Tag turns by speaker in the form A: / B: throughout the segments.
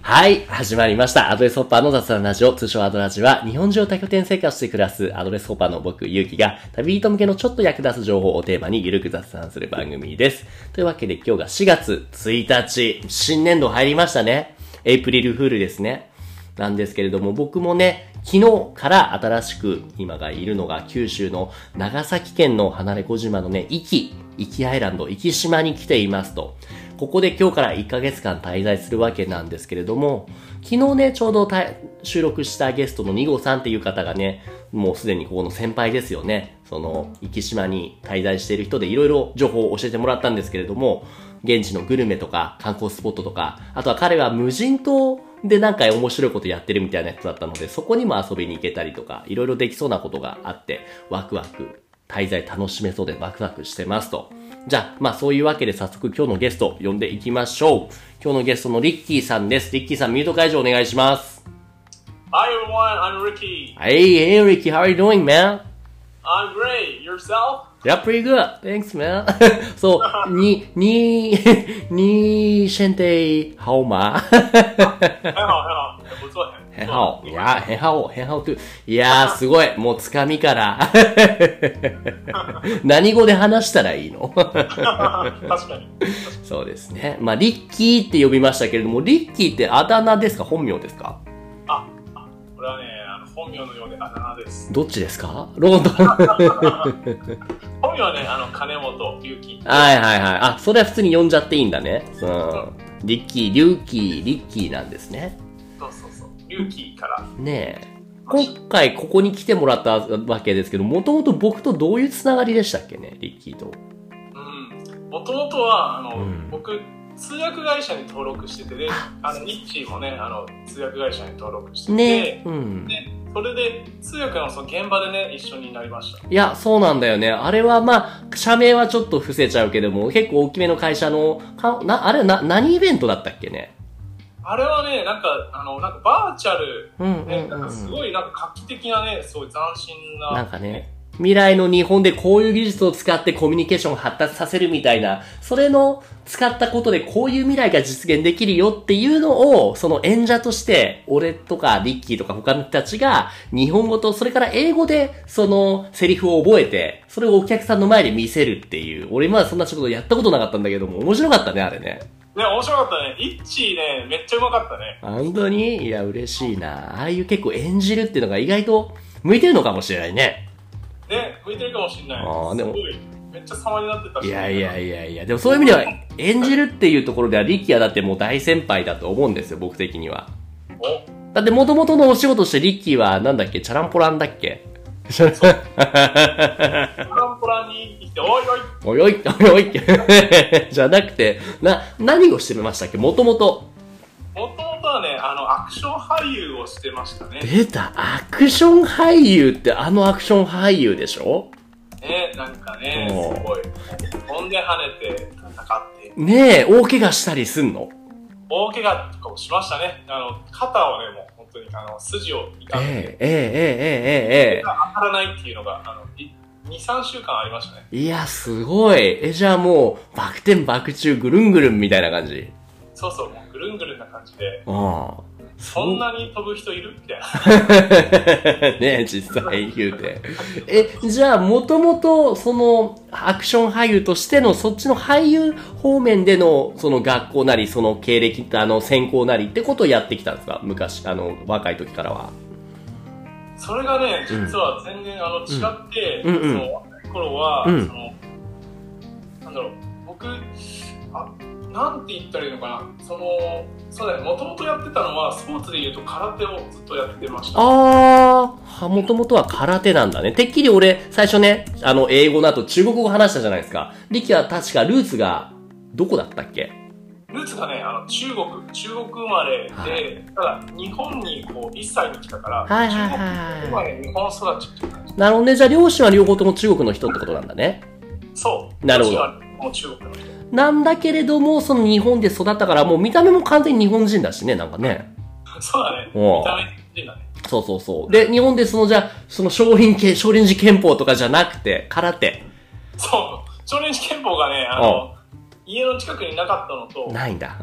A: はい、始まりました。アドレスホッパーの雑談ラジオ、通称アドラジは、日本中を多拠点生活して暮らすアドレスホッパーの僕、ゆうきが、旅人向けのちょっと役立つ情報をテーマにゆるく雑談する番組です。というわけで今日が4月1日、新年度入りましたね。エイプリルフールですね。なんですけれども、僕もね、昨日から新しく今がいるのが九州の長崎県の離れ小島のね、壱岐、壱岐アイランド、壱岐島に来ていますと。ここで今日から1ヶ月間滞在するわけなんですけれども、昨日ね、ちょうどた収録したゲストの2号さんっていう方がね、もうすでにここの先輩ですよね。その、壱岐島に滞在している人でいろいろ情報を教えてもらったんですけれども、現地のグルメとか観光スポットとか、あとは彼は無人島でなんか面白いことやってるみたいな人だったので、そこにも遊びに行けたりとか、いろいろできそうなことがあって、ワクワク、滞在楽しめそうでワクワクしてますと。じゃあ、まあそういうわけで早速今日のゲスト呼んでいきましょう。今日のゲストのリッキーさんです。リッキーさんミュート解除お願いします。
B: Hi everyone, I'm Ricky.
A: Hey, hey, Ricky, how are you doing, man?
B: I'm great. Yourself?
A: Yeah, pretty good. Thanks, man. so, に、 に、に、シェンテイ、ハオマ。
B: 很好，很好，很不错，
A: へ
B: 很不
A: は
B: 错
A: お。いや、へはお、へはおと。いやー、すごい。もう、つかみから。何語で話したらいいの
B: 確かに。
A: そうですね。まあ、リッキーって呼びましたけれども、リッキーってあだ名ですか本名ですか
B: あ、あこれはね、あの本名のようであだ名です。
A: どっちですかロンドン。はい
B: 本名はね、あの金本龍樹。
A: はいはい。あ、それは普通に呼んじゃっていいんだね。うん。リッキー、リューキー、リッキーなんですね。
B: そうそうそう。龍樹から。
A: ねえ。今回ここに来てもらったわけですけど、もともと僕とどういうつながりでしたっけねリッキーと。
B: うん。もともとはあの、
A: うん
B: 僕通訳会社に登録して てで、あのニッチーもね、あの通訳会社に登録してて、
A: ねえ。うん。
B: でそれで通訳のその現場でね一緒になりました。
A: いや、そうなんだよね。あれはまあ、社名はちょっと伏せちゃうけども、結構大きめの会社の、かな、あれな、何イベントだったっけね
B: あれはね、なんかあのなんかバーチャル
A: うん
B: ね、なんかすごいなんか画期的なね、すごい斬新な。
A: なんかね、未来の日本でこういう技術を使ってコミュニケーションを発達させるみたいな、それの使ったことでこういう未来が実現できるよっていうのを、その演者として、俺とかリッキーとか他の人たちが、日本語とそれから英語で、そのセリフを覚えて、それをお客さんの前で見せるっていう、俺まだそんな仕事やったことなかったんだけども、面白かったね、あれね。
B: ね、面白かったね。イッチーね、めっちゃうまかったね。
A: 本当にいや、嬉しいな。ああいう結構演じるっていうのが意外と向いてるのかもしれないね。
B: ね、向いてるかもしんない。
A: あーですも
B: ごい。めっちゃ様になってたし。
A: いやいや
B: い
A: いやいや、でもそういう意味では、演じるっていうところでは、リッキーはだってもう大先輩だと思うんですよ、僕的には。
B: や。お、
A: だって元々のお仕事としてリッキーは、なんだっけ、チャランポランだっけ
B: ポランポランに行って、お
A: お
B: いおい。
A: いおい、おいおい、じゃなくて、 な、何をしてましたっけ元々。
B: もともとはね、あの、アクション俳優をしてましたね。
A: 出た、アクション俳優ってあのアクション俳優でしょ
B: ね、なんかね、
A: おー
B: すごい。飛んで跳ねて戦って、
A: ねえ、大怪我したりすんの
B: 大怪我とかもしましたね。あの、肩をね、もう本当に、あの、筋を痛めて、
A: ええ、ええ、ええ、ええ、ええ。
B: 当たらないっていうのが、あの、い2、3週間ありましたね。
A: いや、すごい。え、じゃあもう、バク転バク中、ぐるんぐるんみたいな感じ。
B: そうそう、もうぐるんぐるんな感じで、
A: ああ。
B: そ んなに飛ぶ人いるみたいな。
A: ねえ、実際言うて。え、じゃあ、もともと、その、アクション俳優としての、そっちの俳優方面での、その学校なり、その経歴、あの、専攻なりってことをやってきたんですか昔、あの、若い時からは。
B: それがね、
A: うん
B: 実は全然あの違って、
A: うんうんうん
B: その若い頃は、
A: うん
B: その、なんだろう、僕、あ、なんて言ったらいいのかな、その、そうだね、もともとやってたのは、スポーツで言うと空手をずっとやってました。
A: あー、は、もともとは空手なんだね。てっきり俺、最初ね、あの、英語の後、中国語話したじゃないですか。リキは確かルーツが、どこだったっけ
B: ルーツがね、あの中国、中国生まれで、
A: はい
B: ただ日本にこう1歳に来たから、
A: はいはいはい
B: 中国生まれ、日本育ちっていう感じ。
A: なるほどね。じゃあ、両親は両方とも中国の人ってことなんだね。
B: そう。
A: なるほど
B: こっちはもう中国の人。
A: なんだけれども、その日本で育ったから、もう見た目も完全に日本人だしね、なんかね。
B: そうだね。
A: おう
B: 見た目っていうのはね。
A: そうそうそう。で、日本でそのじゃあ、その少林系、少林寺拳法とかじゃなくて、空手。
B: そう。少年寺拳法がね、あの、家の近くになかったのと、
A: ないんだ。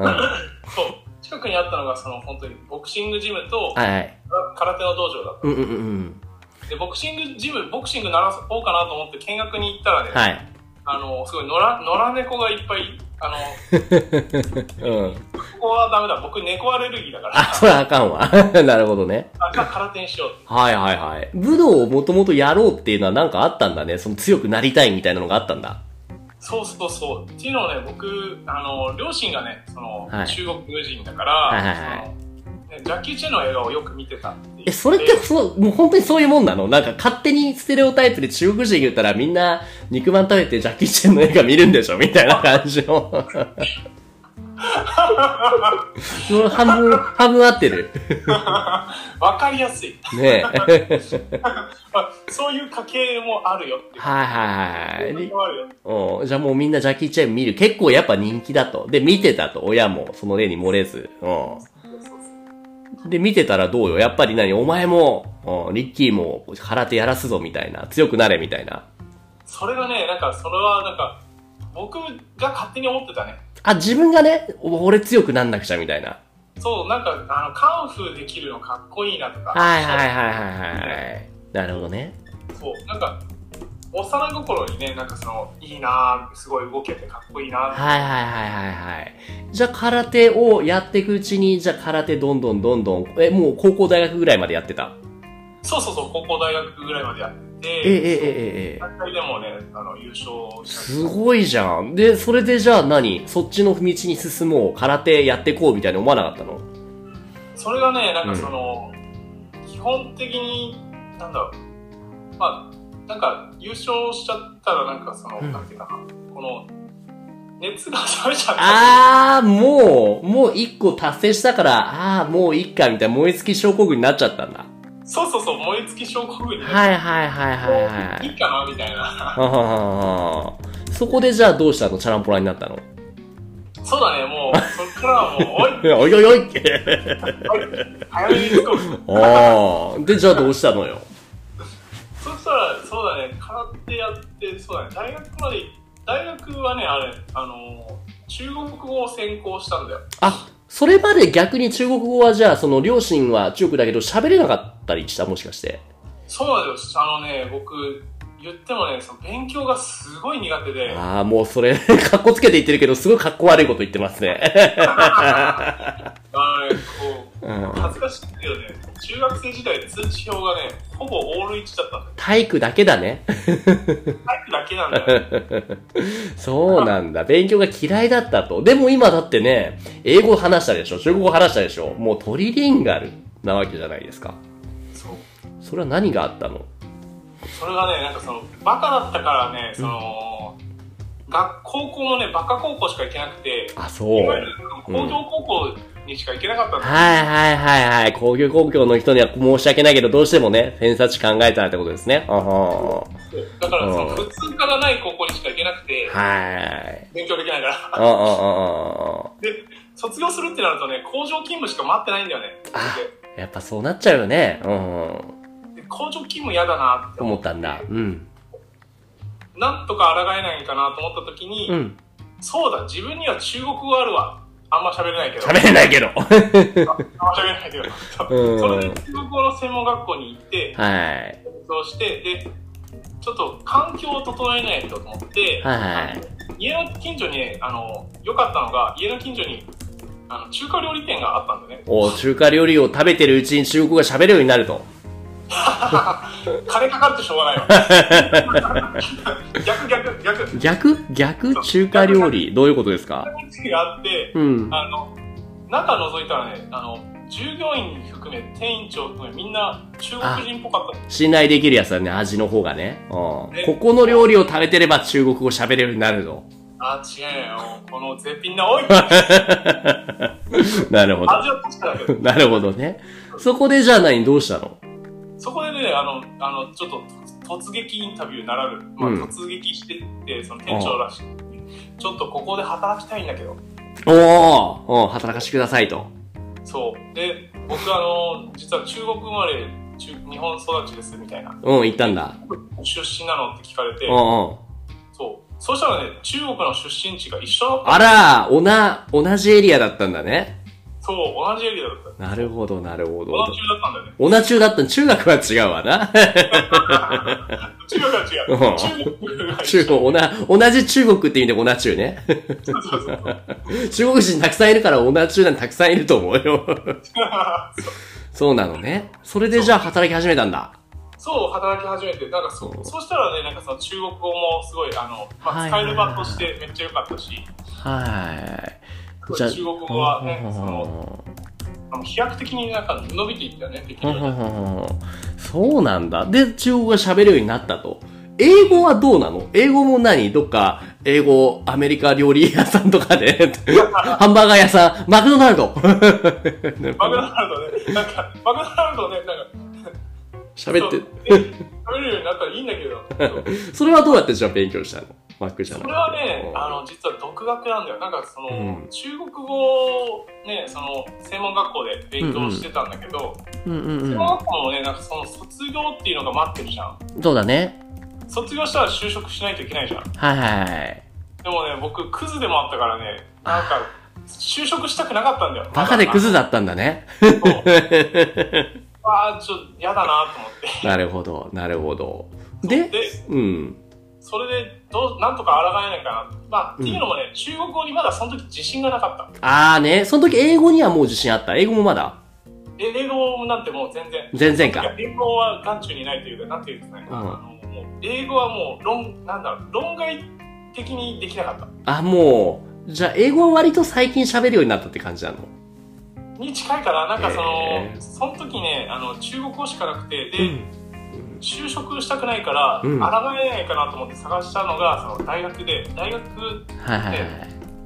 B: そう。近くにあったのが、その本当にボクシングジムと
A: はいはい。
B: 空手の道場だっ
A: うんうんうんうん。
B: た。で、ボクシングジム、ボクシング習おうかなと思って見学に行ったらね、
A: はい。
B: あの、すごい野良、野良猫がいっぱい、あの、
A: うん。
B: ここはダメだ、僕猫アレルギーだから、
A: あ、それあかんわ。 なるほどね。
B: あじゃあ空手にしようって。
A: はいはいはい。武道をもともとやろうっていうのはなんかあったんだね。その強くなりたいみたいなのがあったんだ。
B: そうそうそう。っていうのをね、僕、あの、両親がね、その、
A: はい
B: 中国人だから、
A: いはいはい
B: そのねジャッキー・チェンの映画をよく見てたっていう
A: え、それってそう、もう本当にそういうもんなのなんか勝手にステレオタイプで中国人言ったらみんな肉まん食べてジャッキーチェンの映画見るんでしょみたいな感じの。 もう半分、半分合ってる。
B: わかりやすい。
A: ねえ。
B: あそういう家系もあるよっていう。
A: はいはいはい
B: そう
A: は
B: いう家
A: い
B: 系。もあるよって
A: うん、じゃあもうみんなジャッキー・チェン見る。結構やっぱ人気だと。で、見てたと。親も、その例に漏れず。う。
B: そうそうそうん
A: で、見てたらどうよやっぱり何お前も、うん、リッキーも空手やらすぞみたいな。強くなれみたいな。
B: それがね、なんか、それはなんか、僕が勝手に思ってたね。
A: あ、自分がね、お俺強くなんなくちゃみたいな。
B: そう、なんか、あの、カンフーできるのかっこいいなとか。
A: はいはいはいはいはい。なるほどね。
B: そう、なんか、幼い心にね、なんかその、いいなぁ、すごい動けてかっこいいなぁ。
A: はいはいはいはいはい。じゃあ空手をやっていくうちに、じゃあ空手どんどんどんどん、え、もう高校大学ぐらいまでやってた。
B: そうそうそう、高校大学ぐらいまでやって
A: えええ
B: て、
A: えええ。
B: 大会でもね、あの、優勝した
A: すごいじゃん。で、それでじゃあ何そっちの道に進もう、空手やってこうみたいに思わなかったの
B: それがね、なんかその、基本的に、なんだろう、まあ、なんか優勝しちゃったら、なんかその、
A: うん
B: なんていうかな、この、熱が冷めちゃった。
A: あー、もう、もう一個達成したから、あー、もういっか、みたいな燃え尽き症候群になっちゃったんだ。
B: そうそうそう、燃え尽き症候群になっ
A: はいはいはい
B: て、、
A: はいはい
B: い
A: い。
B: かなみたいな。
A: ははははそこでじゃあどうしたのチャランポラになったの
B: そうだね、もう、そっからはもう、おい、
A: おいおいおい
B: 早めに行こ う。
A: あー。で、じゃあどうしたのよ
B: そしたら、そうだね、空手やって、そうだね、大学まで、大学はね、あれ、あの、中国語を専攻したんだよ。
A: あ、それまで逆に中国語はじゃあ、その両親は中国だけど喋れなかったりしたもしかして。
B: そうなんですよ。あのね、僕、言ってもね、その勉強がすごい苦手で、
A: ああ、もうそれ、かっこつけて言ってるけど、すごいかっこ悪いこと言ってますね。
B: あのね、こう、
A: うん
B: 恥ずかしいけどね、中学生時代通知表がね、ほぼオール1だったんだよ。
A: 体育だけだね。
B: 体育だけなんだよ。
A: そうなんだ。勉強が嫌いだったと。でも今だってね、英語話したでしょ中国語話したでしょもうトリリンガルなわけじゃないですか。
B: そう。
A: それは何があったの
B: それがね、なんかその、バカだったからね、その、学高校もね、バカ高校しか行けなくて、
A: あ、そう。
B: いわ
A: は
B: ゆ
A: い
B: る工業高校にしか行けなかったんだよ
A: はいはいはい。工業公共の人には申し訳ないけど、どうしてもね、偏差値考えたらってことですね。あは
B: だからその
A: うん
B: 普通からない高校にしか行けなくて
A: ー、はい。
B: 勉強できないか
A: うん
B: ら。
A: うんうんうんうん。
B: で、卒業するってなるとね、工場勤務しか待ってないんだよ ね。
A: あやっぱそうなっちゃうよね。うんうん。
B: で工場勤務嫌だなって
A: 思ったんだ。うん。
B: なんとか抗えないんかなと思った時に、
A: うん。
B: そうだ、自分には中国語あるわ。あんま喋れないけど。
A: 喋れないけど。
B: あんま喋れないけど。
A: うん
B: それで中国語の専門学校に行って、
A: はい。
B: 勉強して、で、ちょっと環境を整えないとと思って、
A: はい。
B: 家の近所にね、あの、良かったのが、家の近所に、あの、中華料理店があったんだよね。
A: お中華料理を食べてるうちに中国語が喋れるようになると。
B: 金かかってしょうがないわ。 逆逆逆。中
A: 逆逆中華料理どういうことですか
B: 華料理店があって、
A: うん。
B: あの、中覗いたらね、あの、従業員含め、店員長含め、みんな中国人っぽかった。
A: 信頼できるやつだね、味の方がね。うん。ここの料理を食べてれば中国語喋れるようになると。
B: あ違うよ。この絶品な、おい味
A: なるほど。
B: は確かだけ ど。
A: なるほどね。そこでじゃあ何どうしたの
B: そこでね、あの、あの、ちょっと突撃インタビューならぬ、まあ、
A: うん
B: 突撃してって、その店長らしく、ちょっとここで働きたいんだけど、
A: おーうん、働かしてくださいと。
B: そう。で、僕あの、実は中国生まれ、中日本育ちですみたいな。
A: うん、言ったんだ。
B: 出身なのって聞かれて
A: うん、うん。
B: そう。そしたらね、中国の出身地が一緒だっ
A: あら、おな、同じエリアだったんだね。
B: そう、同じエリアだった。
A: なるほど、なるほど。
B: 同じ中だったんだよね。
A: 同じ中だったの中学は違うわな。
B: 中学は違う。
A: うん
B: 中国が
A: 中国、おな、同じ中国って意味で同じ中ね。
B: そうそうそう。
A: 中国人たくさんいるから同じ中なんてたくさんいると思う よ。そうなのね。それでじゃあ働き始めたんだ。
B: そう、働き始めて、なんかそ
A: そう、
B: そしたらね、なんかその中国語もすごい、あの、ま
A: は
B: あ、
A: い
B: 使
A: はい
B: え
A: はい
B: る場としてめっちゃ良かったし、
A: は
B: す
A: い。
B: ごい中国語はね、その、あの飛躍的になんか伸びていったよね、できるようになっ
A: そうなんだ。で、中国語が喋るようになったと。英語はどうなの英語も何どっか、英語、アメリカ料理屋さんとかで、ハンバーガー屋さん、マクドナルド
B: てマクドナルドね、なんか、マクドナルドね、なんか、
A: 喋って
B: そう、え食べれるようになったらいいんだけど、そう
A: それはどうやってじゃあ勉強したのマックじゃ
B: そ
A: なくて。
B: れはね、あの、実は独学なんだよ。なんかその、
A: うん
B: 中国語をね、その、専門学校で勉強してたんだけど、
A: うんうん
B: 専門学校もね、なんかその卒業っていうのが待ってるじゃん。
A: うん。そうだね。
B: 卒業したら就職しないといけないじゃん。
A: はいはい。
B: でもね、僕、クズでもあったからね、なんか、就職したくなかったんだよ。
A: バカでクズだったんだね。
B: ああ、ちょっと嫌だなと思って。
A: なるほど、なるほど。
B: で
A: で、うん。
B: それで、どう、なんとか抗えないかな。まあ、っていうのもね、中国語にまだその時自信がなかった。
A: あーね、その時英語にはもう自信あった。英語もまだ
B: え英語なんてもう全然。
A: 全然
B: いや
A: か。
B: 英語は眼中にないというか、なんていうんですかね。
A: うん
B: あのもう英語はもう論、なんだろう、論外的にできなかった。
A: あ、もう、じゃあ英語は割と最近喋るようになったって感じなの。
B: に近いから、なんかその、
A: へー
B: その時ね、あの、中国語しかなくて、で、
A: うん。
B: 就職したくないから、
A: うん
B: 抗えないかなと思って探したのがその大学で大学
A: はいはいはい。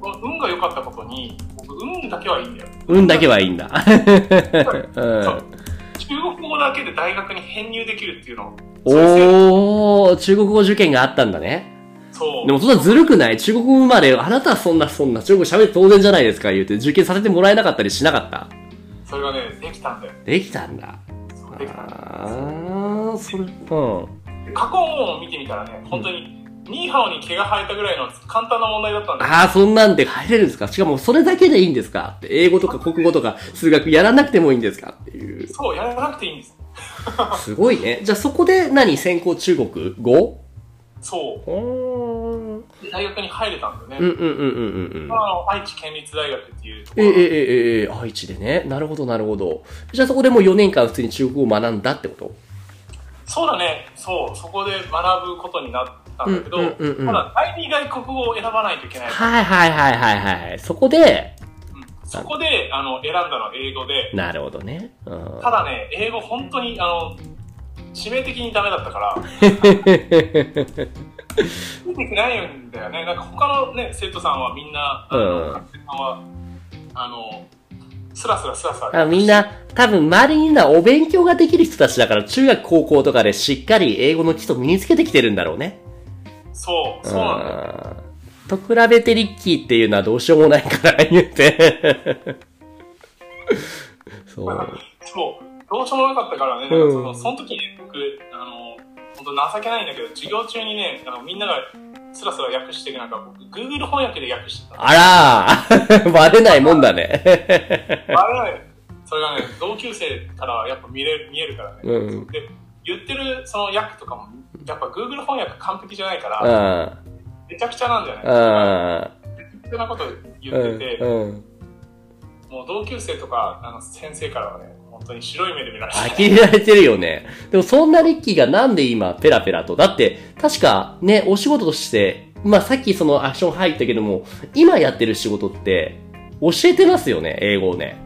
B: の運が良かったことに僕運だけはいいんだよ
A: 運だけはいいんだ。う
B: そ
A: ん
B: う。中国語だけで大学に編入できるっていうの
A: おー、中国語受験があったんだね。
B: そう
A: でもそんなずるくない中国語生まれ、あなたはそんなそんな中国語喋って当然じゃないですか言うて受験させてもらえなかったりしなかった。
B: それがねできたんだよ
A: できたんだ。
B: そうできた
A: あー、それ、うん。
B: 過去問を見てみたらね本当に、ニーハオに毛が生えたぐらいの簡単な問題だったんだよ
A: あー、そんなんで入れるんですかしかもそれだけでいいんですかって英語とか国語とか数学やらなくてもいいんですかっていう。
B: そうやらなくていいんです
A: すごいね。じゃあそこで何専攻中国語
B: そう
A: ーん。
B: う大学に入れたんだよ
A: うんうん
B: ね、
A: うんうんうんうん
B: ま。あ、あの愛知県立大学っていうとこ
A: えええ
B: ろ
A: えええ愛知でね。なるほどなるほど。じゃあそこでもう4年間普通に中国語を学んだってこと
B: そうだね、そう、そこで学ぶことになったんだけど、
A: う
B: た
A: んうんうんうん
B: だ第二外国語を選ばないといけない。
A: はいはいはいはいはい。そこで、
B: うんそこであの選んだのは英語で、
A: なるほどね。うん
B: ただね、英語本当にあの致命的にダメだったから、ついてきないんだよね。なんか他のね生徒さんはみんな、あ
A: うん
B: の学生さんはあのスラスラスラスラ。
A: あみんな、多分周りにいるのはお勉強ができる人たちだから、中学高校とかでしっかり英語の基礎身につけてきてるんだろうね。
B: そう、そうなんだよ。
A: うんと比べてリッキーっていうのはどうしようもないから言って。そう。
B: そう。どうしようもなかったからね、なんかその,、
A: うん
B: その時ね、僕、あの、本当情けないんだけど、授業中にね、あのみんながスラスラ訳していくなんか、僕、Google 翻訳で訳してた。
A: あらー バレないもんだね。
B: あれはね、それがね、同級生からやっぱ見れる見えるからね。
A: うん。
B: で、言ってるその訳とかも、やっぱ Google 翻訳完璧じゃないか
A: う
B: ら、
A: ん。
B: めちゃくちゃなんだよね。
A: うん。うん
B: 適当なこと言
A: う
B: って
A: ん
B: て、
A: うん。
B: もう同級生とか、あの先生からはね、本当に白い目で見られて、
A: 呆れられてるよね。でもそんなリッキーがなんで今ペラペラと。だって、確かね、お仕事として、まあさっきそのアクション入ったけども、今やってる仕事って、教えてますよね、英語をね。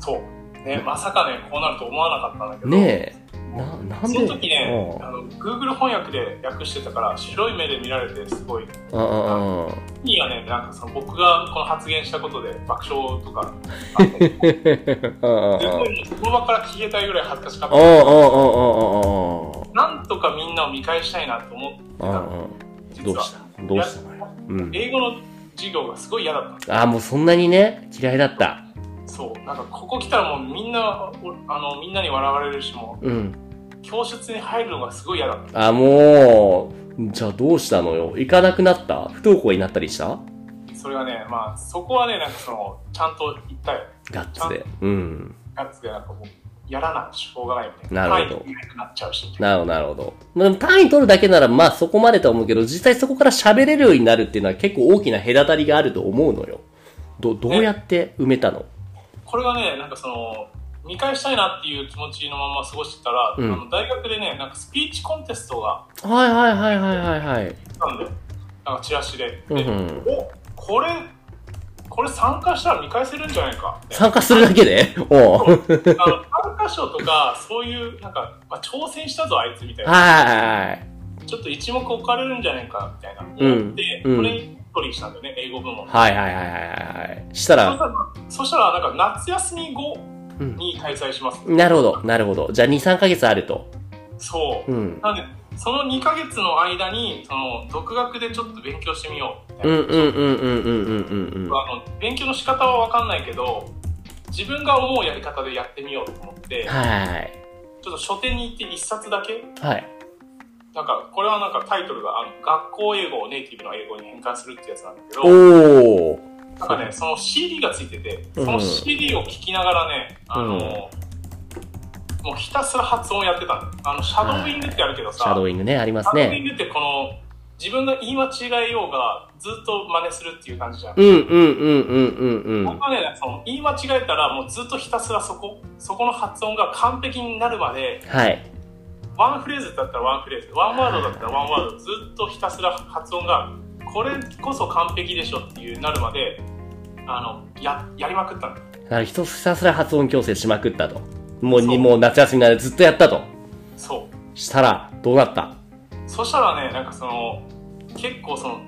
B: そう。ね、まさかね、こうなると思わなかったんだけど、
A: ねえ。な、なんで
B: その時ね、
A: う
B: あの Google 翻訳で訳してたから白い目で見られてすごい。
A: んうんうんうん。
B: いいよね、なんかその僕がこの発言したことで爆笑とかあって、す
A: うんうんうん。
B: ごいその場から消えたいぐらい恥ずかしかっ
A: う
B: た。
A: んうんうんうんうんうん
B: なんとかみんなを見返したいなと思ってた
A: うん
B: の、
A: うん。
B: 実
A: どう
B: は
A: したどうしたのよ。うん。
B: 英語の授業がすごい嫌だった。
A: ああ、もうそんなにね、嫌いだった。
B: そう、なんかここ来たらもうみんな、おあのみんなに笑われるし、も
A: うん。
B: う教室に入るのがすごい嫌だった。
A: あ、もう、じゃあどうしたのよ。行かなくなった不登校になったりした
B: それがね、まあそこはね、なんかその、ちゃんと言ったよ。
A: ガッツで。うん。
B: ガッツがなんかもう、やらない手法がないみたいな。
A: なるほど
B: 前に出なくなっちゃうし、みたい
A: なるほど、なるほど。まあ、単位取るだけなら、まあそこまでとは思うけど、実際そこから喋れるようになるっていうのは結構大きな隔たりがあると思うのよ。ど、どうやって埋めたの、
B: な。これがね、なんかその、見返したいなっていう気持ちのまま過ごしてたら、
A: うん
B: あの大学でね、なんかスピーチコンテストが
A: はいはいはいはいはいはい。
B: あったんだよ。なんかチラシで。
A: うん
B: で、
A: うん。
B: おこれ、これ参加したら見返せるんじゃないかっ て。
A: 参加するだけでおう。はい
B: あの参加賞とか、そういう、なんか、まあ、挑戦したぞ、あいつみたいな。
A: はいはい。
B: ちょっと一目置かれるんじゃないか、みたいな。思って、
A: うん
B: これに取りしたんだよね、英語部門。
A: はいはいはいはいはい。した
B: そ
A: ら、
B: したら、そしたらなんか夏休み後
A: うん。
B: に開催します。
A: なるほど、なるほど。じゃあ2、3ヶ月あると。
B: そう。
A: うん。
B: なんで、その2ヶ月の間に、その、独学でちょっと勉強してみようみた
A: う
B: いな。
A: んうんうんうんうんうんうんうん。
B: あの勉強の仕方は分かんないけど、自分が思うやり方でやってみようと思って、
A: はい。
B: ちょっと書店に行って1冊だけ、
A: はい。
B: なんか、これはなんかタイトルが、あの学校英語をネイティブの英語に変換するってやつなんだけ
A: お
B: ど、
A: ー。
B: なんかね、その CD がついてて、
A: うん
B: その CD を聴きながらね、あの、
A: うん
B: もうひたすら発音やってたの。あの、シャドーイングってあるけど
A: シ
B: さ、
A: ャドーイングね、あります
B: ハロウィ
A: ね。
B: ングってこの自分が言い間違えようがずっと真似するっていう感じじゃん、
A: うんうんうんうんうんうん
B: 僕。はねその言い間違えたらもうずっとひたすらそこそこの発音が完璧になるまで
A: はい。
B: ワンフレーズだったらワンフレーズワンワードだったらワンワードずっとひたすら発音がこれこそ完璧でしょっていうなるまであのややりまくったの
A: だからひたすら発音矯正しまくったと。もう、
B: そう
A: にもう夏休みならずっとやったと。
B: そう
A: したら、どうなった
B: そしたらねなんかその結構その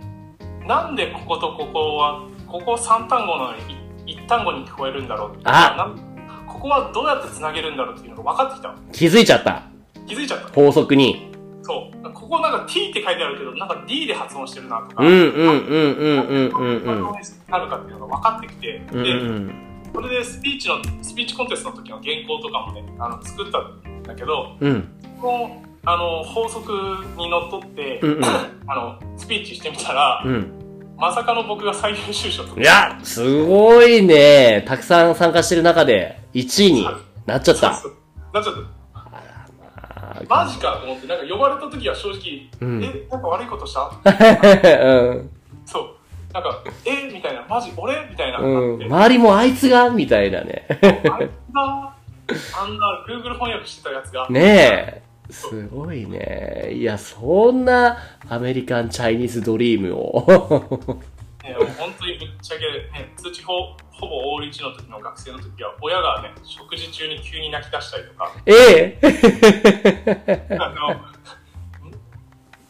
B: なんでこことここはここ3単語なのにい一単語に聞こえるんだろう
A: あ
B: なんここはどうやってつなげるんだろうっていうのが分かってきたの
A: 気づいちゃった。
B: 気づいちゃった
A: 法則に。
B: そうここなんか T って書いてあるけどなんか D で発音してるなとか、
A: うんうんうんうんうんうんうん。
B: どうなるかっていうのが分かってきて、
A: うんう
B: で
A: ん。
B: それでスピーチのスピーチコンテストの時の原稿とかもねあの作ったんだけど
A: うん。
B: このあの法則にのっとって、
A: うんうん
B: あのスピーチしてみたら、
A: うん。
B: まさかの僕が最優秀賞と
A: いや、すごいね。たくさん参加してる中で、1位になっちゃった。
B: そうそうなっちゃった
A: あー
B: マジかと思ってなんか呼ばれた時は正直、
A: うん
B: えなんか悪いことした
A: うん
B: そうなんかえみたいなマジ俺みたいな
A: う
B: の
A: ん、
B: があっ
A: 周りもあいつがみたいなね。
B: て、あいつがあんな Google 翻訳してたやつが
A: ねえ。すごいね。いや、そんなアメリカンチャイニーズドリームを。
B: ね、本当にぶっちゃけ、ね、通知法ほぼオール1の時の学生の時は親がね食事中に急に泣き出したりとか
A: え え
B: あの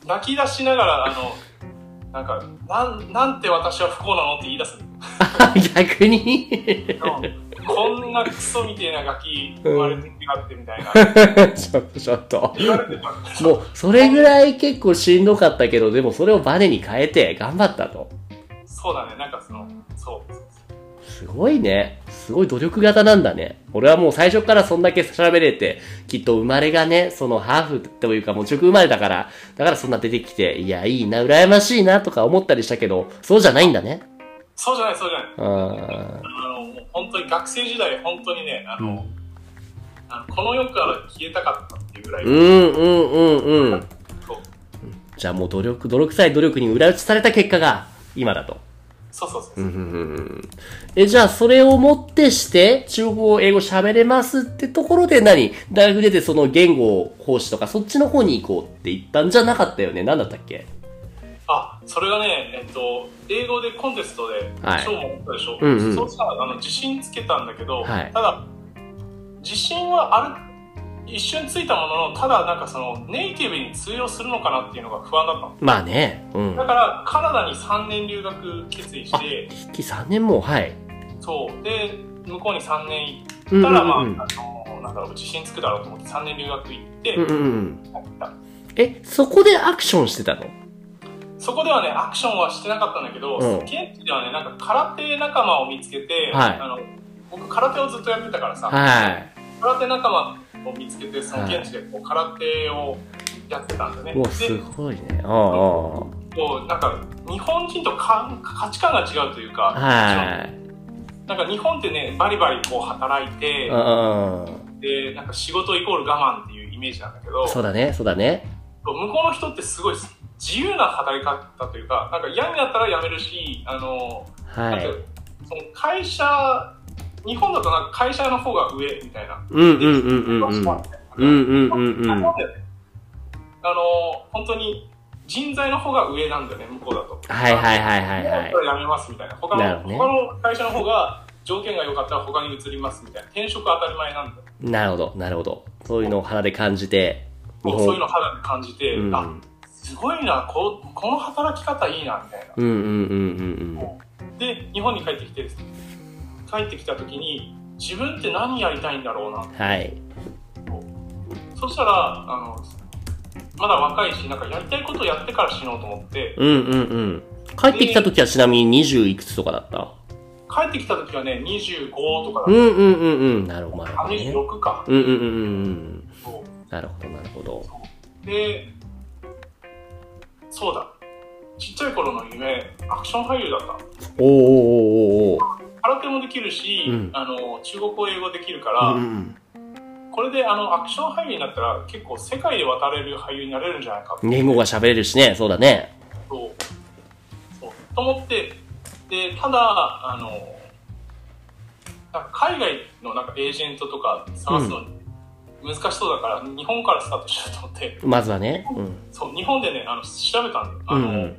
B: 泣き出しながらあのなんかなんなんて私は不幸なのって言い出す
A: あ逆に
B: こんなクソみてえなガキ生まれてきやがってみたいな
A: ちょっとちょっと。
B: 言われてたんです
A: もう、それぐらい結構しんどかったけど、でもそれをバネに変えて頑張ったと。
B: そうだねなんかそのそう
A: すごいね。すごい努力型なんだね。俺はもう最初からそんだけ喋れて、きっと生まれがね、そのハーフというかもう直生まれだから、だからそんな出てきて、いや、いいな、羨ましいなとか思ったりしたけど、そうじゃないんだね。
B: そうじゃないそうじゃない
A: うん。
B: あのもう本当に学生時代本当にねあのあのこの世から消えたかったっていうぐらい、
A: うんうんうんうん。
B: そう
A: じゃあもう努力、泥臭い努力に裏打ちされた結果が、今だと。
B: そうそうそう、
A: うんうんうんうんえ、じゃあそれをもってして、中国語、英語喋れますってところで何大学出てその言語講師とかそっちの方に行こうって言ったんじゃなかったよね。なんだったっけ
B: あそれがねえっと英語でコンテストで
A: はい
B: 賞もあったでしょ、
A: うんうん
B: そうしたらあの自信つけたんだけど、
A: はい
B: ただ自信はある一瞬ついたもののただなんかそのネイティブに通用するのかなっていうのが不安だったの
A: まあね。うん
B: だ。からカナダに3年留学決意して
A: 引き3年も、はい。
B: そうで向こうに3年行っ
A: うんうん
B: た
A: うん
B: ら、まあ、あのなんだろう自信つくだろうと思って3年留学行って、
A: うんうんうん。
B: 帰った
A: え、そこでアクションしてたの
B: そこではねアクションはしてなかったんだけど、
A: うん
B: 現地ではねなんか空手仲間を見つけて、
A: はい
B: あの僕空手をずっとやってたからさ、
A: は
B: 空手仲間を見つけてその
A: はい
B: 現地でこう空手をやってたんだね、
A: い。もう
B: です
A: ごいね。ああ。
B: こうなんか日本人とかん価値観が違うというか、
A: はい。
B: なんか日本ってね、バリバリこう働いて、
A: うん
B: で、なんか仕事イコール我慢っていうイメージなんだけど、
A: そうだね、そうだね。
B: 向こうの人ってすごい自由な働き方というか、なんか嫌になったら辞めるし、あの、
A: は
B: ないん。かその会社、日本だとなんか会社の方が上みたいな。
A: うんうんうんうんうん。うんうんうんう
B: あ
A: ん。
B: そうだよねあの、本当に人材の方が上なんだよね、向こうだと。
A: はいはいはいはいはい
B: こ。れやめますみたいな。他
A: なる
B: の
A: ほどね
B: 他の会社の方が条件が良かったら他に移りますみたいな。転職当たり前なんだ。
A: なるほど、なるほど。そういうのを鼻で感じて、日
B: もうそういう
A: 本。
B: の肌で感じて、
A: うん、
B: あ、すごいな、ここの働き方いいなみたいな。
A: うんうんうんうんうん。
B: で、日本に帰ってきて、帰ってきた時に、自分って何やりたいんだろうな。
A: はい。
B: そしたら、あの、まだ若いし、なんかやりたいことをやってから死のうと思って、
A: うんうんうん。帰ってきた時はちなみに20いくつとかだった
B: 帰ってきた時はね、25とか
A: う
B: だっ
A: んうんうんうん。なるほど、なる
B: た。あ、
A: ほどね。
B: 26か。
A: うんうんうんうんうん。
B: そ
A: なるほど、なるほど。
B: うで、そうだ。ちっちゃい頃の夢、アクション俳優だった。
A: おーおーおーおー
B: 空手もできるし、
A: うん
B: あの中国語英語できるから、
A: おー。うん
B: これであのアクション俳優になったら結構世界で渡れる俳優になれるんじゃないかと
A: うん。言語が喋れるしね、そうだね。
B: そうと思ってでただあのなんか海外のなんかエージェントとか探すの難しそうだから、日本からスタートしようと思って
A: まずはね。うん。
B: そう日本でねあの調べたんだよ
A: う
B: あの、
A: ん。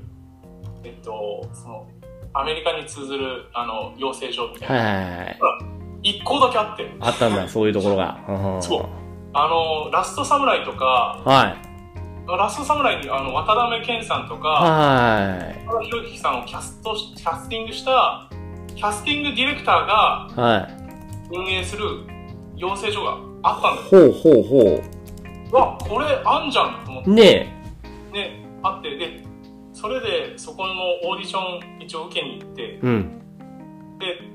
B: えっとそのアメリカに通ずるあの養成所みたい
A: はい
B: な、
A: はいはいはい。
B: 一1校だけあって
A: あったんだ、そういうところが。うん
B: そあのラストサムライとか
A: はい。
B: ラストサムライにあの渡辺謙さんとか
A: は
B: 岡田裕樹さんをキャストしキャスティングしたキャスティングディレクターが
A: い。はい。
B: 運営する養成所があったんだよ
A: ほうほうほ
B: うわこれあんじゃんと思って
A: う。ね
B: ねあってでそれでそこのオーディション一応受けに行って
A: え。うん。
B: で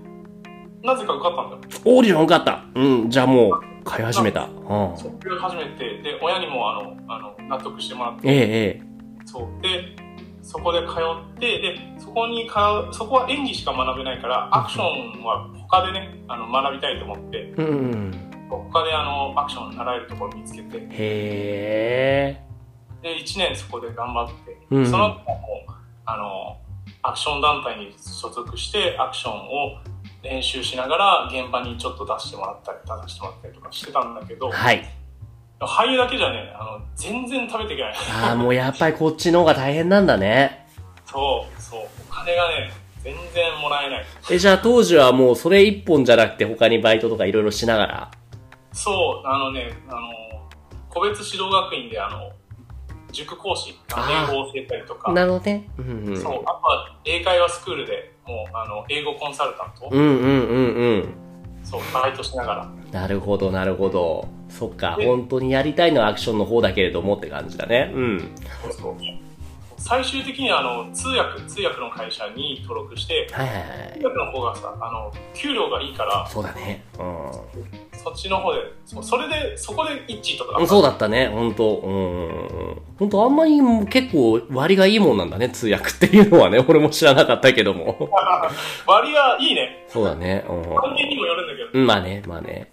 B: なぜか受かったんだよ
A: オーディション受かった。うん。じゃあもう、買い始めた。うん。
B: それを初めてで親にもあのあの納得してもらって
A: ええええ。
B: そうでそこで通ってでそこに通うそこは演技しか学べないからアクションは他でねあの学びたいと思って
A: うんうん。
B: 他であのアクション習えるところ見つけてで
A: へえ。
B: 1年そこで頑張って、
A: うん
B: その後もあのアクション団体に所属してアクションを練習しながら現場にちょっと出してもらったり出してもらったりとかしてたんだけど
A: はい。
B: 俳優だけじゃねあの全然食べていけない
A: ああ、もうやっぱりこっちの方が大変なんだね。
B: そうそうお金がね全然もらえない
A: え、じゃあ当時はもうそれ一本じゃなくて他にバイトとかいろいろしながら。
B: そう、あのね、あの、個別指導学院で、あの、塾講師、
A: あー
B: 英語を教えたりとか、
A: なるほどね。うんうん。
B: そう、あとは英会話スクールでもう、あの、英語コンサルタント、
A: うんうんうんうん。
B: そう、バイトしながら。
A: なるほど、なるほど。そっか、
B: で
A: 本当にやりたいのはアクションの方だけれどもって感じだね。うん。
B: そうそう最終的に、あの、通訳、通訳の会社に登録して、
A: はいはいはい
B: 通。訳の方がさ、あの、給料がいいから、
A: そうだね。うん。
B: そっちの方で、そうそれで、そこで一致とか、
A: うんそうだったね、本当うん。本当あんまり結構割がいいもんなんだね、通訳っていうのはね。 俺も知らなかったけど も。
B: 割がいいね。
A: そうだね。
B: 関係にもよるんだけど、
A: うん。まあね、まあね。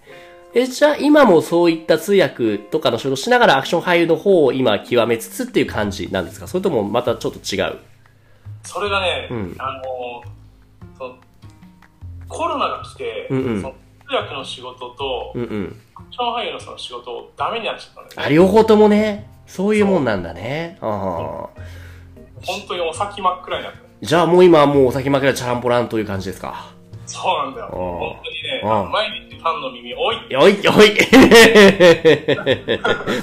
A: え、じゃあ今もそういった通訳とかの仕事しながらアクション俳優の方を今極めつつっていう感じなんですかそれともまたちょっと違う
B: それがね、
A: うん
B: あのそのコロナが来て、
A: うんうん
B: その通訳の仕事と、
A: うんうん。
B: アクション俳優のその仕事をダメになっちゃったの
A: あ、
B: で、ね、
A: 両方ともね、そういうもんなんだね。ああ。
B: 本当にお先真っ暗になった。
A: じゃあもう今はもうお先枕チャランポランという感じですか
B: そうなんだよ。
A: うん
B: 本当にね、
A: うん
B: 毎日ファンの耳、おい
A: おいおい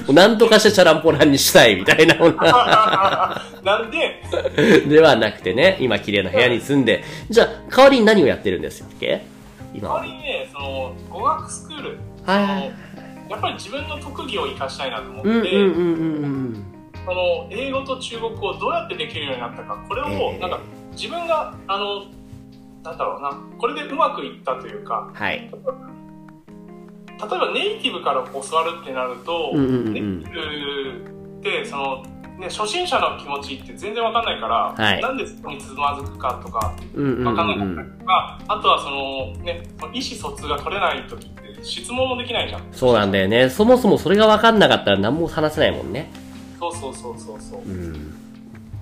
A: もうなんとかしてチャランポランにしたいみたいな
B: なんで、
A: ではなくてね、今綺麗な部屋に住んで、じゃあ代わりに何をやってるんですよっけ今
B: 代
A: は
B: わ。りにね、その語学スクール、
A: はいはいはい
B: のやっぱり自分の特技を生かしたいなと思って、
A: うんうんうんうんうん。
B: その英語と中国語をどうやってできるようになったかこれ
A: え
B: を
A: え
B: なんか自分があのなんだろうなこれでうまくいったというか
A: はい。
B: 例えばネイティブから教わるってなると、
A: うんうんうん
B: ネイティブってそのね、初心者の気持ちって全然わかんないから、
A: はい
B: なんでそこにつまずくかとか
A: うんうんう
B: わかんなかったり
A: ん。
B: とか、あとはその、ね、その意思疎通が取れない時って質問もできないじゃん
A: そうなんだよね。そもそもそれが分かんなかったら何も話せないもんね。
B: そうそうそうそうそう
A: うん。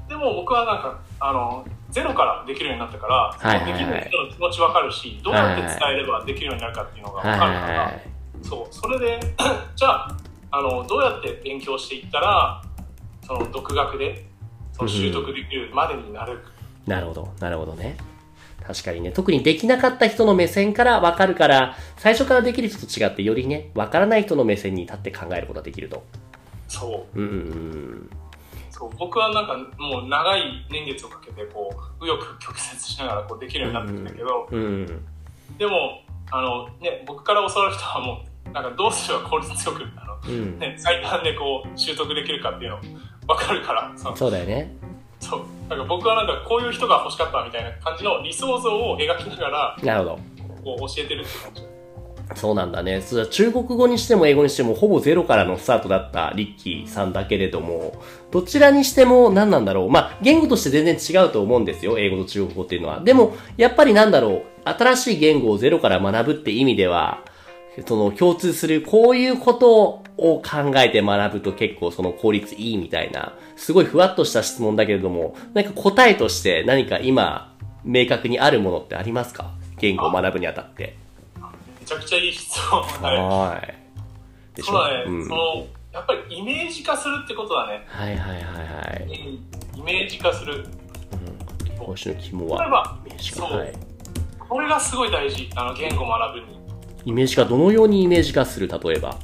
B: でも僕はなんかあのゼロからできるようになったから、
A: はいはいはい
B: そのできる人の気持ちわかるしどうやって伝えればできるようになるかっていうのがわ
A: は
B: か
A: い
B: る
A: は
B: か
A: い
B: ら、
A: はい。
B: そうそれで じゃああのどうやって勉強していったらその独学でその習得できるまでになるか、
A: なるほど、なるほどね。確かにね、特にできなかった人の目線から分かるから、最初からできる人と違って、よりね、分からない人の目線に立って考えることができると。
B: そう
A: うんうんうん。
B: そう僕はなんかもう長い年月をかけてこう右翼曲折しながらこうできるようになってきたけど、
A: うんうん。
B: でもあの、ね、僕から教わる人はもうなんかどうすれば効率よくあの
A: うん。
B: ね、最短でこう習得できるかっていうの分かるからその
A: そうだよね。
B: そうなんか僕はなんかこういう人が欲しかったみたいな感じの理想像を描きながら
A: なるほど。
B: こう教えてるって感じ
A: そうなんだね。それは中国語にしても英語にしても、ほぼゼロからのスタートだったリッキーさんだけれども、どちらにしても何なんだろう。まあ、言語として全然違うと思うんですよ。英語と中国語っていうのは。でも、やっぱりなんだろう。新しい言語をゼロから学ぶって意味では、その共通するこういうことを考えて学ぶと結構その効率いいみたいな、すごいふわっとした質問だけれども、なんか答えとして何か今、明確にあるものってありますか言語を学ぶにあたって。
B: めちゃくちゃいい質問は
A: はい。
B: い
A: でし
B: そ
A: ょ
B: うだね、
A: うん
B: そのやっぱりイメージ化するってことだね
A: はいはいはいはい。
B: イメージ化する
A: 今週の肝
B: 例
A: は、
B: えば
A: イメージ化。
B: そう
A: はい。
B: これがすごい大事あの言語を学ぶに
A: イメージ化、どのようにイメージ化する、例えば。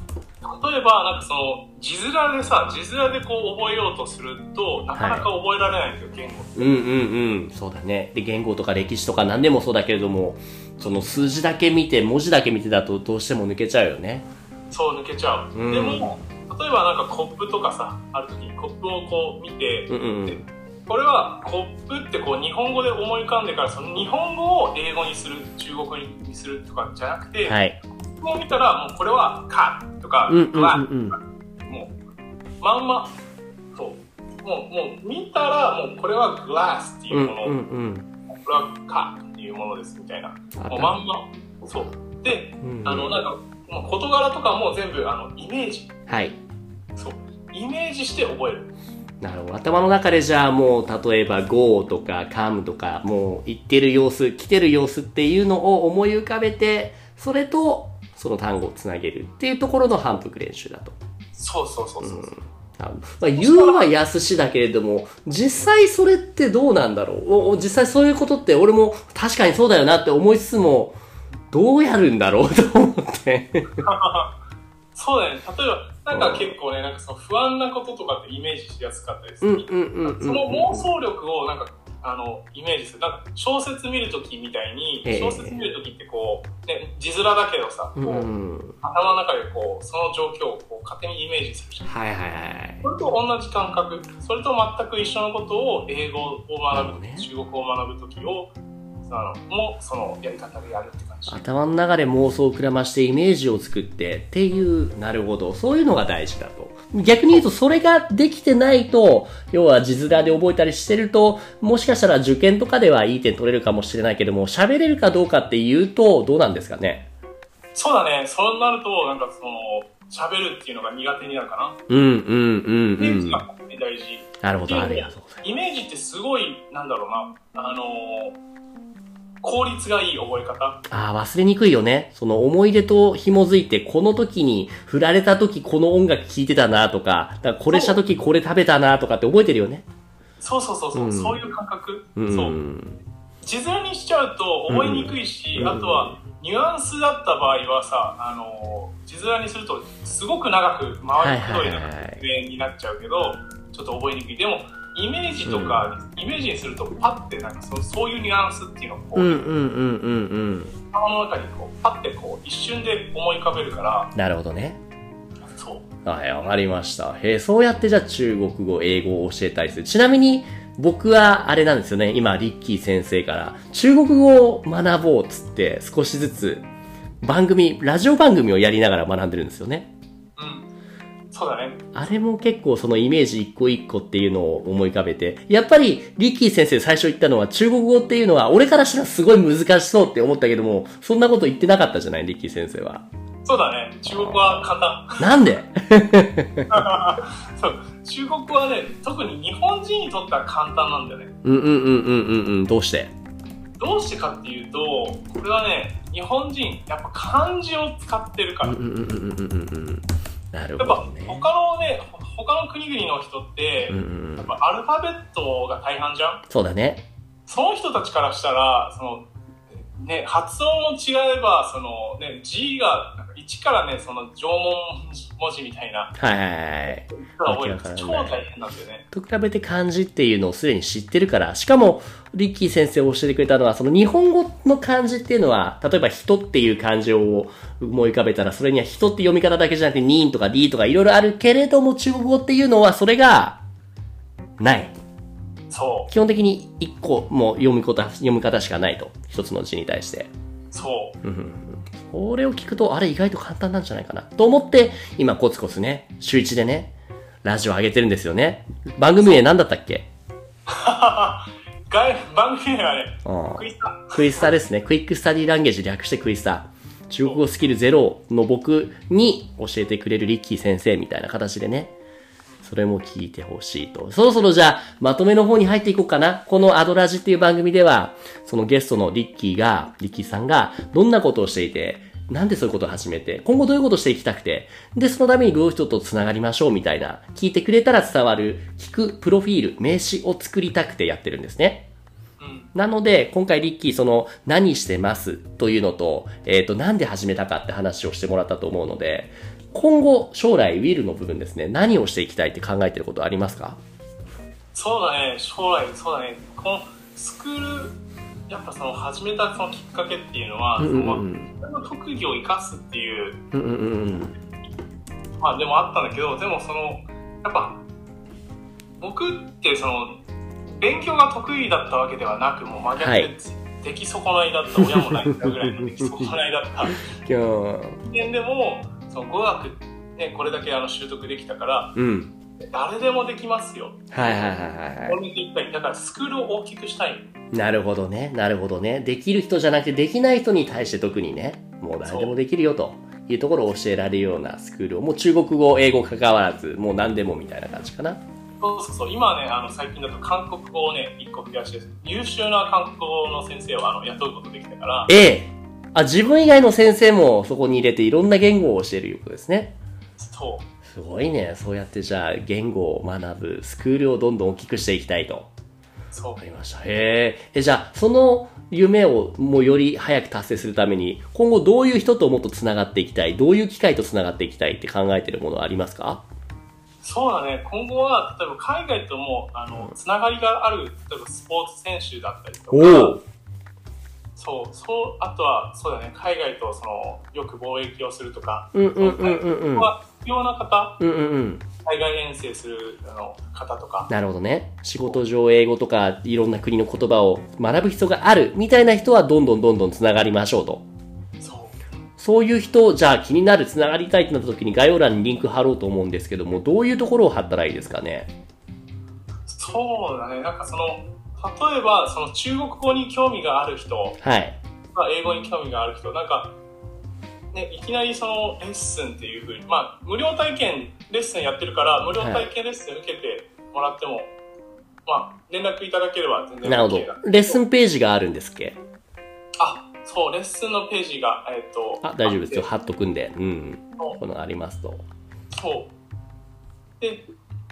B: 例えばなんかその字面でさ字面でこう覚えようとするとなかなか覚えられないんですよ、言語
A: うんうんうん。そうだね。で、言語とか歴史とか何でもそうだけれども、その数字だけ見て、文字だけ見てだとどうしても抜けちゃうよね。
B: そう抜けちゃう、
A: うん
B: でも例えばなんかコップとかさある時にコップをこう見て、
A: うんうんうん。
B: これはコップってこう日本語で思い浮かんでからその日本語を英語にする中国語にするとかじゃなくて、
A: はい。
B: こう見たらもうこれは「か」とか「
A: うんうんう
B: は
A: ん
B: もうまんまそうもうもう見たらもうこれは「グラス」ってい
A: うん。う
B: うんもの、
A: うんうん。
B: これは「か」っていうものですみたいな
A: あ
B: もうまんまそうで
A: うんうん
B: あのなんかもう事柄とかも全部あのイメージ
A: はい。
B: そうイメージして覚える
A: なるほど。頭の中でじゃあもう、例えば go とか come とか、もう言ってる様子、来てる様子っていうのを思い浮かべて、それとその単語をつなげるっていうところの反復練習だと。
B: そうそうそうそう、
A: あまあ、言うは安しだけれども、実際それってどうなんだろうおお実際そういうことって俺も確かにそうだよなって思いつつも、どうやるんだろうと思って。
B: そうだよね例えばなんか結構ねなんかその不安なこととかってイメージしやすかったりす
A: うん
B: る、
A: うんうんうん。
B: その妄想力をなんかあのイメージするなんか小説見るときみたいに、
A: ええ
B: 小説見るときってこう、ね、字面だけどさ、
A: うん
B: こう
A: うん。
B: 頭の中でこうその状況をこう勝手にイメージするじゃん
A: はいはいはい。
B: それと同じ感覚それと全く一緒のことを英語を学ぶ、
A: なるほどね
B: 中国語を学ぶときをあのもそのやり方でやるって感じ
A: 頭の中で妄想を膨らましてイメージを作ってっていう、なるほど。そういうのが大事だと。逆に言うと、それができてないと、要は字面で覚えたりしてると、もしかしたら受験とかではいい点取れるかもしれないけども、喋れるかどうかっていうと、どうなんですかね。
B: そうだねそうなるとなんかその喋るっていうのが苦手になるかな
A: うん、うん、うん、
B: イメー
A: う
B: ジ
A: ん。
B: が大事、
A: なるほど、ありがとうございます。
B: イメージってすごいなんだろうなあのー効率がいい覚え方
A: ああ、忘れにくいよね。その思い出と紐づいて、この時に、振られた時この音楽聴いてたなとか、だからこれした時これ食べたなとかって覚えてるよね。
B: そうそうそうそう、
A: うん
B: そういう感覚、
A: うん。
B: そう字面にしちゃうと覚えにくいし、
A: うん
B: あとはニュアンスだった場合はさ、あのー字面にするとすごく長く回りくどい
A: はいはいはい
B: 説明になっちゃうけどちょっと覚えにくいでもイメージとか、イメージにするとパッてなんかそそういうニュアンスっていうのをこう、
A: うんうんうんうんうん。
B: 頭の中にこうパッてこう一瞬で思い浮かべるから
A: なるほどね。
B: そう
A: はい、わかりました。へえ、そうやってじゃあ中国語、英語を教えたりする。ちなみに、僕はあれなんですよね。今、リッキー先生から、中国語を学ぼうっつって、少しずつ、番組、ラジオ番組をやりながら学んでるんですよね。
B: うんそうだね。
A: あれも結構そのイメージ一個一個っていうのを思い浮かべて、やっぱりリッキー先生最初言ったのは中国語っていうのは俺からしたらすごい難しそうって思ったけども、そんなこと言ってなかったじゃない、リッキー先生は。
B: そうだね。中国語は簡単。
A: なんで
B: そう。中国語はね、特に日本人にとっては簡単なんだよね。
A: うんうんうんうんうんうん、どうして
B: どうしてかっていうと、これはね、日本人、やっぱ漢字を使ってるか
A: うん
B: ら。
A: うんうんうんうんうんうん。なる
B: や
A: ほ
B: っ
A: ど
B: ぱ
A: ね。
B: 他のね、ほ他の国々の人って、
A: うんうんう
B: やっ
A: ん。
B: ぱアルファベットが大半じゃん
A: そうだね。
B: その人たちからしたら、その、ね、発音も違えば、そのね、G が、なんか1からね、その縄文文字みたいな、
A: はいはいはい。
B: が覚える
A: わけ
B: 超
A: わからない
B: 大変なんだよね。
A: と比べて漢字っていうのをすでに知ってるから、しかも、リッキー先生を教えてくれたのは、その日本語の漢字っていうのは、例えば人っていう漢字を思い浮かべたら、それには人って読み方だけじゃなくて、ニーンとかリーとかいろいろあるけれども、中国語っていうのは、それが、ない。
B: そう、
A: 基本的に一個も読み方、読み方しかないと。一つの字に対して。
B: そう。
A: うんうんうんこれを聞くと、あれ意外と簡単なんじゃないかな。と思って、今コツコツね、週一でね、ラジオ上げてるんですよね。番組名何だったっけ
B: 外番組名はね、
A: うん
B: クイズだ
A: クイスタですね。クイックスタディランゲージ略してクイスタ。中国語スキルゼロの僕に教えてくれるリッキー先生みたいな形でね。それも聞いてほしいと。そろそろじゃあ、まとめの方に入っていこうかな。このアドラジっていう番組では、そのゲストのリッキーが、リッキーさんが、どんなことをしていて、なんでそういうことを始めて、今後どういうことをしていきたくて、で、そのためにどういう人と繋がりましょうみたいな、聞いてくれたら伝わる、聞くプロフィール、名刺を作りたくてやってるんですね。
B: うん。
A: なので、今回リッキー、その、何してますというのと、えっ、と、なんで始めたかって話をしてもらったと思うので、今後、将来、ウィルの部分ですね、何をしていきたいって考えてることありますか
B: そうだね、将来、そうだね。このスクール、やっぱその始めたそのきっかけっていうのは、
A: うんうんう
B: その
A: ん。
B: 自分の特技を生かすっていう、
A: うんうんうんうん。
B: まあでもあったんだけど、でもその、やっぱ、僕ってその、勉強が得意だったわけではなく、もう真逆
A: は
B: で
A: い
B: 出来損ないだった、親も泣いたぐらいの出来損ないだった
A: きょ
B: 人間でも、その語学、ね、これだけあの習得できたから、
A: ーん。うん。
B: 誰でもできますよ。
A: はいはいはいはいは
B: 俺でいっぱい。だからスクールを大きくしたい。
A: い。なるほどね。なるほどね。できる人じゃなくて、できない人に対して特にね、もう誰でもできるよというところを教えられるようなスクールを、もう中国語、英語関わらず、もう何でもみたいな感じかな。
B: そうそうそう、今ね、あの最近だと韓国語をね、一個増やして、優秀な韓国語の先生をあの雇うことできたから、
A: ええ。あ、自分以外の先生もそこに入れていろんな言語を教えるいうことですね。
B: そう。
A: すごいね。そうやってじゃあ言語を学ぶスクールをどんどん大きくしていきたいと。
B: そう
A: わかりました。へえ。え、じゃあその夢をもうより早く達成するために、今後どういう人ともっと繋がっていきたい、どういう機会と繋がっていきたいって考えてるものはありますか
B: そうだね、今後は例えば海外ともあのつながりがある、例えばスポーツ選手だったりとか、。そうそうあとはそうだね、海外とそのよく貿易をするとか、
A: うんうんうんうんうん。
B: は必要な方、
A: うんうんうん。
B: 海外遠征するあの方とか、
A: なるほどね。仕事上英語とかいろんな国の言葉を学ぶ必要があるみたいな人はどんどんどんどん繋がりましょうと。
B: そう
A: そういう人、じゃあ気になる、つながりたいってなった時に概要欄にリンク貼ろうと思うんですけども、どういうところを貼ったらいいですかね
B: そうだね、なんかその例えばその中国語に興味がある人、
A: はい。
B: まあ、英語に興味がある人なんか、ね、いきなりそのレッスンっていうふうに、まあ、無料体験レッスンやってるから無料体験レッスン受けてもらっても、まあ、連絡いただければ全然
A: なるほ
B: OK だ
A: ど。レッスンページがあるんですっけ
B: あそうレッスンのページが、えっと
A: あ、大丈夫ですよ。
B: あっ
A: 貼っとくんで。うん。
B: そう
A: このありますと。
B: てそうで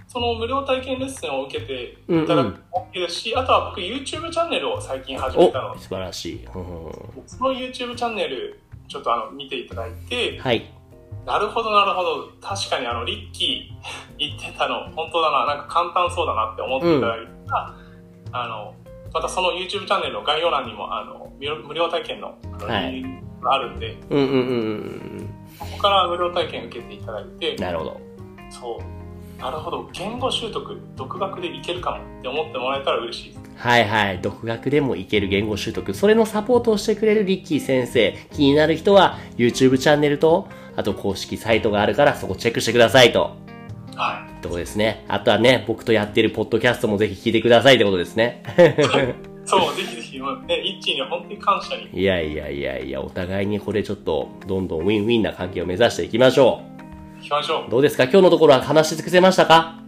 B: その無料体験レッスンを受けて
A: うん
B: いただ
A: う
B: く
A: ん。
B: も OK ですし、あとは僕 YouTube チャンネルを最近始め
A: お
B: たので
A: 素晴らしい。うんうん
B: その YouTube チャンネルちょっとあの見ていただいて、
A: はい。
B: なるほどなるほど確かにあのリッキー 言ってたの本当だななんか簡単そうだなって思っていただいたら、あのまたその YouTube チャンネルの概要欄にもあの無料無料体験のあの
A: はい
B: リンクがあるんで
A: うんうんうんうん
B: ここから無料体験受けていただいて
A: うん。なるほど。
B: そうなるほど言語習得独学でいけるかもって思ってもらえたら嬉しいです
A: はいはい。独学でもいける言語習得。それのサポートをしてくれるリッキー先生。気になる人は YouTube チャンネルと、あと公式サイトがあるからそこチェックしてくださいと。
B: は
A: ってことですね。あとはね、僕とやってるポッドキャストもぜひ聞いてくださいってことですね。
B: い。そう、ぜひぜひ、まあね、イッチーには本当に感謝に。
A: いやいやいやいや、お互いにこれちょっと、どんどんウィンウィンな関係を目指していきましょ
B: 行きましょ
A: う。どうですか今日のところは話し尽くせましたか
B: う。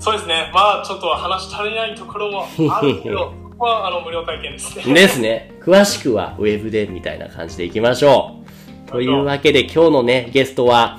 B: そうですね。まあ、ちょっと話足りないところもあるけ ど、ここは、あの、無料体験ですね。
A: ですね。詳しくはウェブでみたいな感じでいきましょう。というわけで今日のね、ゲストは、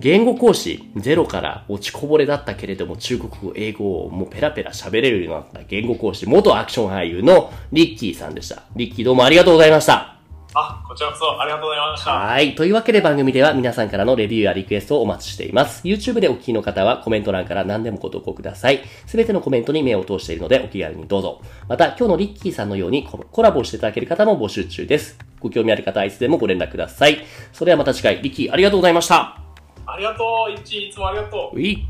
A: 言語講師ゼロから落ちこぼれだったけれども中国語、英語をもうペラペラ喋れるようになった言語講師、元アクション俳優のリッキーさんでした。リッキーどうもありがとうございました。
B: あ、こちらこそありがとうございました。
A: はい。というわけで番組では皆さんからのレビューやリクエストをお待ちしています。YouTube でお聞きの方はコメント欄から何でもご投稿ください。すべてのコメントに目を通しているのでお気軽にどうぞ。また、今日のリッキーさんのようにココラボをしていただける方も募集中です。ご興味ある方はいつでもご連絡ください。それではまた次回、リッキーありがとうございました。
B: ありがとう、イッチーいつもありがとう。
A: うい